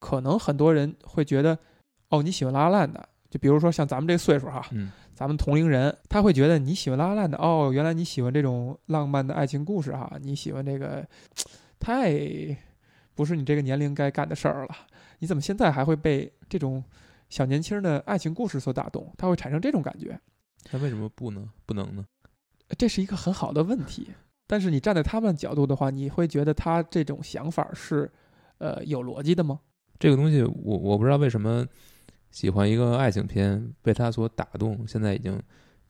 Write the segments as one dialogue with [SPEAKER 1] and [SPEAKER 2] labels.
[SPEAKER 1] 可能很多人会觉得，哦，你喜欢拉拉烂的，就比如说像咱们这岁数哈，
[SPEAKER 2] 嗯
[SPEAKER 1] 咱们同龄人，他会觉得你喜欢拉拉烂的，哦，原来你喜欢这种浪漫的爱情故事哈，你喜欢这个，太不是你这个年龄该干的事儿了。你怎么现在还会被这种小年轻的爱情故事所打动？他会产生这种感觉，
[SPEAKER 2] 那为什么不呢？不能呢？
[SPEAKER 1] 这是一个很好的问题。但是你站在他们角度的话，你会觉得他这种想法是，呃，有逻辑的吗？
[SPEAKER 2] 这个东西我我不知道为什么喜欢一个爱情片被它所打动，现在已经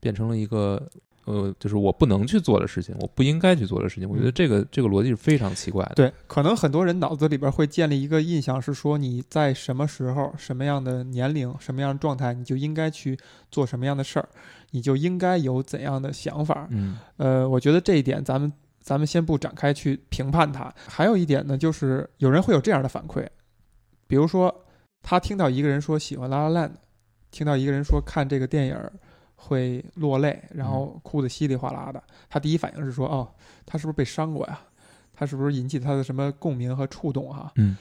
[SPEAKER 2] 变成了一个呃，就是我不能去做的事情，我不应该去做的事情。我觉得这个这个逻辑是非常奇怪的。
[SPEAKER 1] 嗯对，可能很多人脑子里边会建立一个印象，是说你在什么时候、什么样的年龄、什么样的状态，你就应该去做什么样的事儿，你就应该有怎样的想法。
[SPEAKER 2] 嗯
[SPEAKER 1] 呃，我觉得这一点咱们咱们先不展开去评判它。还有一点呢，就是有人会有这样的反馈，比如说他听到一个人说喜欢《拉拉烂》，听到一个人说看这个电影儿会落泪，然后哭得稀里哗啦的，他第一反应是说：“哦，他是不是被伤过呀？他是不是引起他的什么共鸣和触动啊哈、
[SPEAKER 2] 嗯，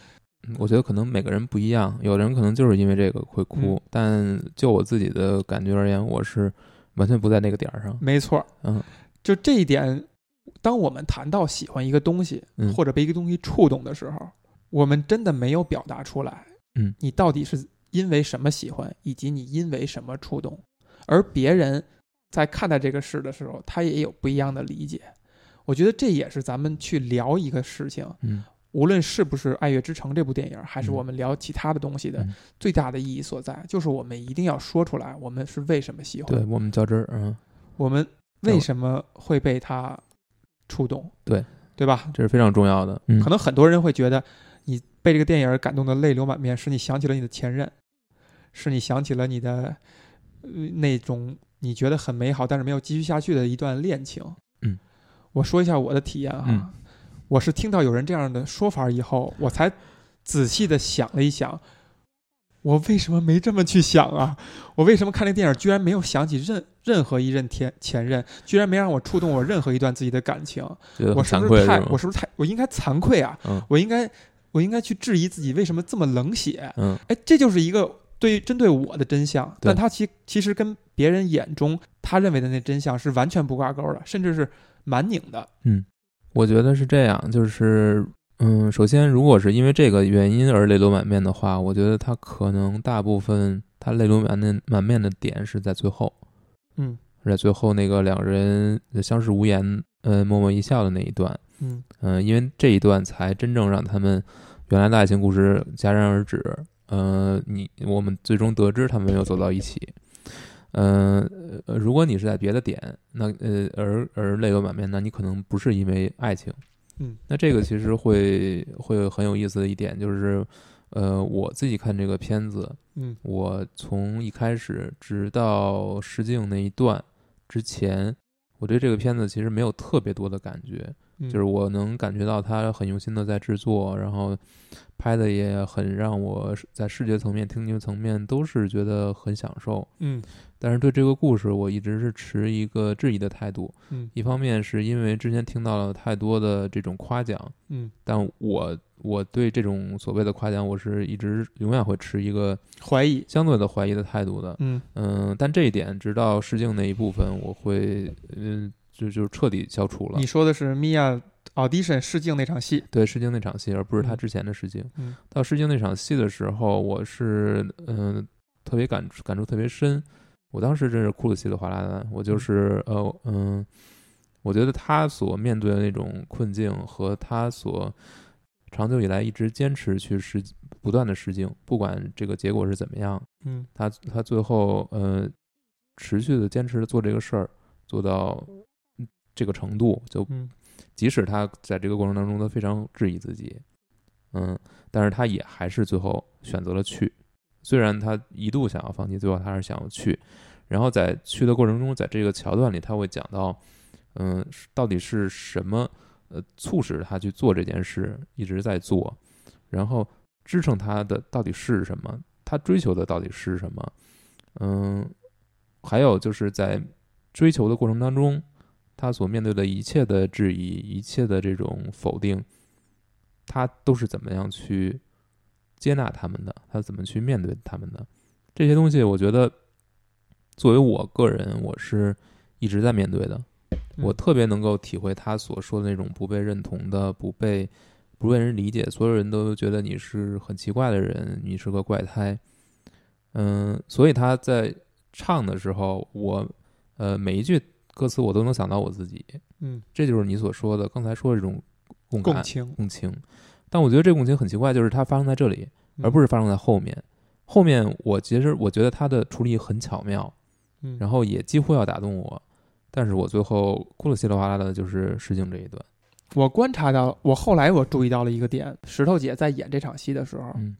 [SPEAKER 2] 我觉得可能每个人不一样，有人可能就是因为这个会哭，
[SPEAKER 1] 嗯
[SPEAKER 2] 但就我自己的感觉而言，我是完全不在那个点儿上。
[SPEAKER 1] 没错，
[SPEAKER 2] 嗯，
[SPEAKER 1] 就这一点，当我们谈到喜欢一个东西，
[SPEAKER 2] 嗯
[SPEAKER 1] 或者被一个东西触动的时候，我们真的没有表达出来，
[SPEAKER 2] 嗯，
[SPEAKER 1] 你到底是因为什么喜欢，以及你因为什么触动，而别人在看待这个事的时候，他也有不一样的理解。我觉得这也是咱们去聊一个事情，
[SPEAKER 2] 嗯
[SPEAKER 1] 无论是不是《爱乐之城》这部电影，还是
[SPEAKER 2] 嗯
[SPEAKER 1] 我们聊其他的东西的
[SPEAKER 2] 嗯
[SPEAKER 1] 最大的意义所在，就是我们一定要说出来，我们是为什么喜欢
[SPEAKER 2] 对。我们较真儿，嗯，
[SPEAKER 1] 我们为什么会被他触动？
[SPEAKER 2] 对
[SPEAKER 1] 对吧？
[SPEAKER 2] 这是非常重要的。嗯
[SPEAKER 1] 可能很多人会觉得，你被这个电影感动的泪流满面，是你想起了你的前任，是你想起了你的、呃、那种你觉得很美好但是没有继续下去的一段恋情。
[SPEAKER 2] 嗯，
[SPEAKER 1] 我说一下我的体验哈，啊
[SPEAKER 2] 嗯
[SPEAKER 1] 我是听到有人这样的说法以后，我才仔细的想了一想。我为什么没这么去想啊？我为什么看这个电影居然没有想起任任何一任前前任，居然没让我触动我任何一段自己的感情？
[SPEAKER 2] 觉得
[SPEAKER 1] 我
[SPEAKER 2] 很
[SPEAKER 1] 是
[SPEAKER 2] 惭
[SPEAKER 1] 不
[SPEAKER 2] 愧
[SPEAKER 1] 是太
[SPEAKER 2] 吗
[SPEAKER 1] 我是不是太我应该惭愧啊？
[SPEAKER 2] 嗯
[SPEAKER 1] 我应该我应该去质疑自己为什么这么冷血？
[SPEAKER 2] 嗯
[SPEAKER 1] 哎，这就是一个对于针对我的真相，
[SPEAKER 2] 对
[SPEAKER 1] 但他其其实跟别人眼中他认为的那真相是完全不挂钩的，甚至是蛮拧的。
[SPEAKER 2] 我觉得是这样，就是嗯，首先，如果是因为这个原因而泪流满面的话，我觉得他可能大部分他泪流满面满面的点是在最后，
[SPEAKER 1] 嗯
[SPEAKER 2] 是在最后那个两个人相视无言，呃，默默一笑的那一段，
[SPEAKER 1] 嗯
[SPEAKER 2] 嗯、因为这一段才真正让他们原来的爱情故事戛然而止。呃，你我们最终得知他们没有走到一起。呃，呃如果你是在别的点，那呃而而泪流满面，那你可能不是因为爱情。
[SPEAKER 1] 嗯，
[SPEAKER 2] 那这个其实会会很有意思的一点就是，呃，我自己看这个片子，
[SPEAKER 1] 嗯
[SPEAKER 2] 我从一开始直到试镜那一段之前，我对这个片子其实没有特别多的感觉。
[SPEAKER 1] 嗯，
[SPEAKER 2] 就是我能感觉到他很用心的在制作，然后拍的也很让我是在视觉层面、听觉层面都是觉得很享受。
[SPEAKER 1] 嗯
[SPEAKER 2] 但是对这个故事，我一直是持一个质疑的态度。
[SPEAKER 1] 嗯
[SPEAKER 2] 一方面是因为之前听到了太多的这种夸奖，
[SPEAKER 1] 嗯
[SPEAKER 2] 但我我对这种所谓的夸奖，我是一直永远会持一个
[SPEAKER 1] 怀疑。
[SPEAKER 2] 相对的怀疑的态度的。
[SPEAKER 1] 嗯
[SPEAKER 2] 嗯，但这一点直到试镜那一部分，我会嗯就就彻底消除了。
[SPEAKER 1] 你说的是 Mia audition 试镜那场戏。
[SPEAKER 2] 对试镜那场戏，而不是他
[SPEAKER 1] 嗯
[SPEAKER 2] 之前的试镜。
[SPEAKER 1] 嗯
[SPEAKER 2] 到试镜那场戏的时候，我是嗯、呃特别感触感触特别深，我当时真是哭得稀里哗啦的。我就是呃嗯、我觉得他所面对的那种困境和他所长久以来一直坚持去试不断的试镜，不管这个结果是怎么样，
[SPEAKER 1] 嗯
[SPEAKER 2] 他他最后呃持续的坚持地做这个事儿，做到嗯这个程度，就
[SPEAKER 1] 嗯
[SPEAKER 2] 即使他在这个过程当中，他非常质疑自己，嗯，但是他也还是最后选择了去。虽然他一度想要放弃，最后他还是想要去。然后在去的过程中，在这个桥段里，他会讲到，嗯，是到底是什么呃促使他去做这件事，一直在做，然后支撑他的到底是什么，他追求的到底是什么，嗯，还有就是在追求的过程当中，他所面对的一切的质疑、一切的这种否定，他都是怎么样去接纳他们的，他怎么去面对他们的这些东西，我觉得作为我个人，我是一直在面对的。
[SPEAKER 1] 嗯
[SPEAKER 2] 我特别能够体会他所说的那种不被认同的、不被不被人理解，所有人都觉得你是很奇怪的人，你是个怪胎。嗯，所以他在唱的时候，我呃每一句歌词我都能想到我自己，
[SPEAKER 1] 嗯，
[SPEAKER 2] 这就是你所说的刚才说的这种共感
[SPEAKER 1] 共情，
[SPEAKER 2] 共情。但我觉得这个共情很奇怪，就是它发生在这里，
[SPEAKER 1] 嗯
[SPEAKER 2] 而不是发生在后面。后面我其实我觉得他的处理很巧妙，
[SPEAKER 1] 嗯，
[SPEAKER 2] 然后也几乎要打动我，但是我最后哭得稀里哗啦的，就是试镜这一段。
[SPEAKER 1] 我观察到，我后来我注意到了一个点，石头姐在演这场戏的时候，
[SPEAKER 2] 嗯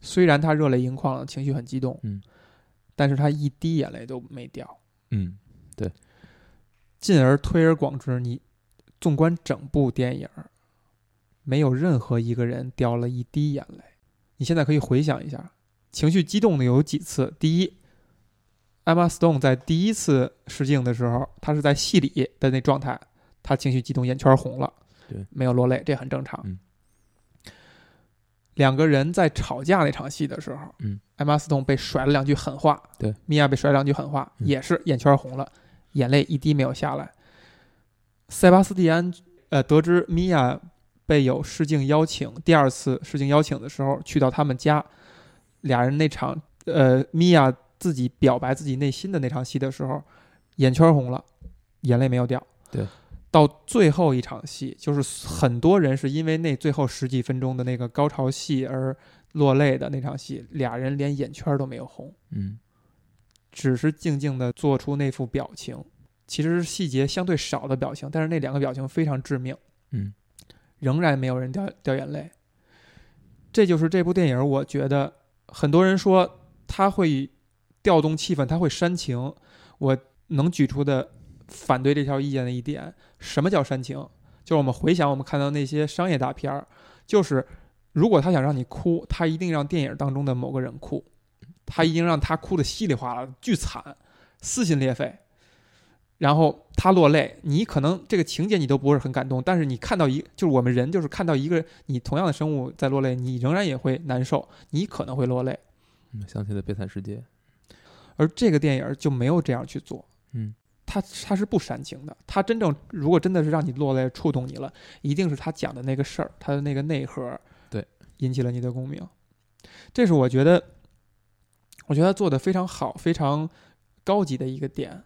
[SPEAKER 1] 虽然她热泪盈眶了，情绪很激动，
[SPEAKER 2] 嗯，
[SPEAKER 1] 但是她一滴眼泪都没掉。
[SPEAKER 2] 嗯
[SPEAKER 1] 进而推而广之，你纵观整部电影儿，没有任何一个人掉了一滴眼泪。你现在可以回想一下，情绪激动的有几次？第一，Emma Stone 在第一次试镜的时候，她是在戏里的那状态，她情绪激动，眼圈红了，
[SPEAKER 2] 对，
[SPEAKER 1] 没有落泪，这很正常。
[SPEAKER 2] 嗯
[SPEAKER 1] 两个人在吵架那场戏的时候，
[SPEAKER 2] 嗯
[SPEAKER 1] ，Emma Stone 被甩了两句狠话，
[SPEAKER 2] 对，
[SPEAKER 1] 米娅被甩了两句狠话，
[SPEAKER 2] 嗯
[SPEAKER 1] 也是眼圈红了，眼泪一滴没有下来。塞巴斯蒂安呃得知米娅被有试镜邀请，第二次试镜邀请的时候，去到他们家，俩人那场呃米娅自己表白自己内心的那场戏的时候，眼圈红了，眼泪没有掉。
[SPEAKER 2] 对，
[SPEAKER 1] 到最后一场戏，就是很多人是因为那最后十几分钟的那个高潮戏而落泪的那场戏，俩人连眼圈都没有红。
[SPEAKER 2] 嗯
[SPEAKER 1] 只是静静地做出那副表情，其实是细节相对少的表情，但是那两个表情非常致命，
[SPEAKER 2] 嗯，
[SPEAKER 1] 仍然没有人掉掉眼泪。这就是这部电影，我觉得很多人说它会调动气氛，它会煽情。我能举出的反对这条意见的一点，什么叫煽情？就是我们回想我们看到那些商业大片儿，就是如果他想让你哭，他一定让电影当中的某个人哭，他一定让他哭的稀里哗啦，巨惨，撕心裂肺。然后他落泪，你可能这个情节你都不是很感动，但是你看到一就是我们人就是看到一个你同样的生物在落泪，你仍然也会难受，你可能会落泪。
[SPEAKER 2] 嗯，想起了《悲惨世界》。
[SPEAKER 1] 而这个电影就没有这样去做，
[SPEAKER 2] 嗯
[SPEAKER 1] 它它是不煽情的，它真正如果真的是让你落泪触动你了，一定是他讲的那个事儿，他的那个内核，
[SPEAKER 2] 对，
[SPEAKER 1] 引起了你的共鸣。这是我觉得，我觉得他做的非常好、非常高级的一个点。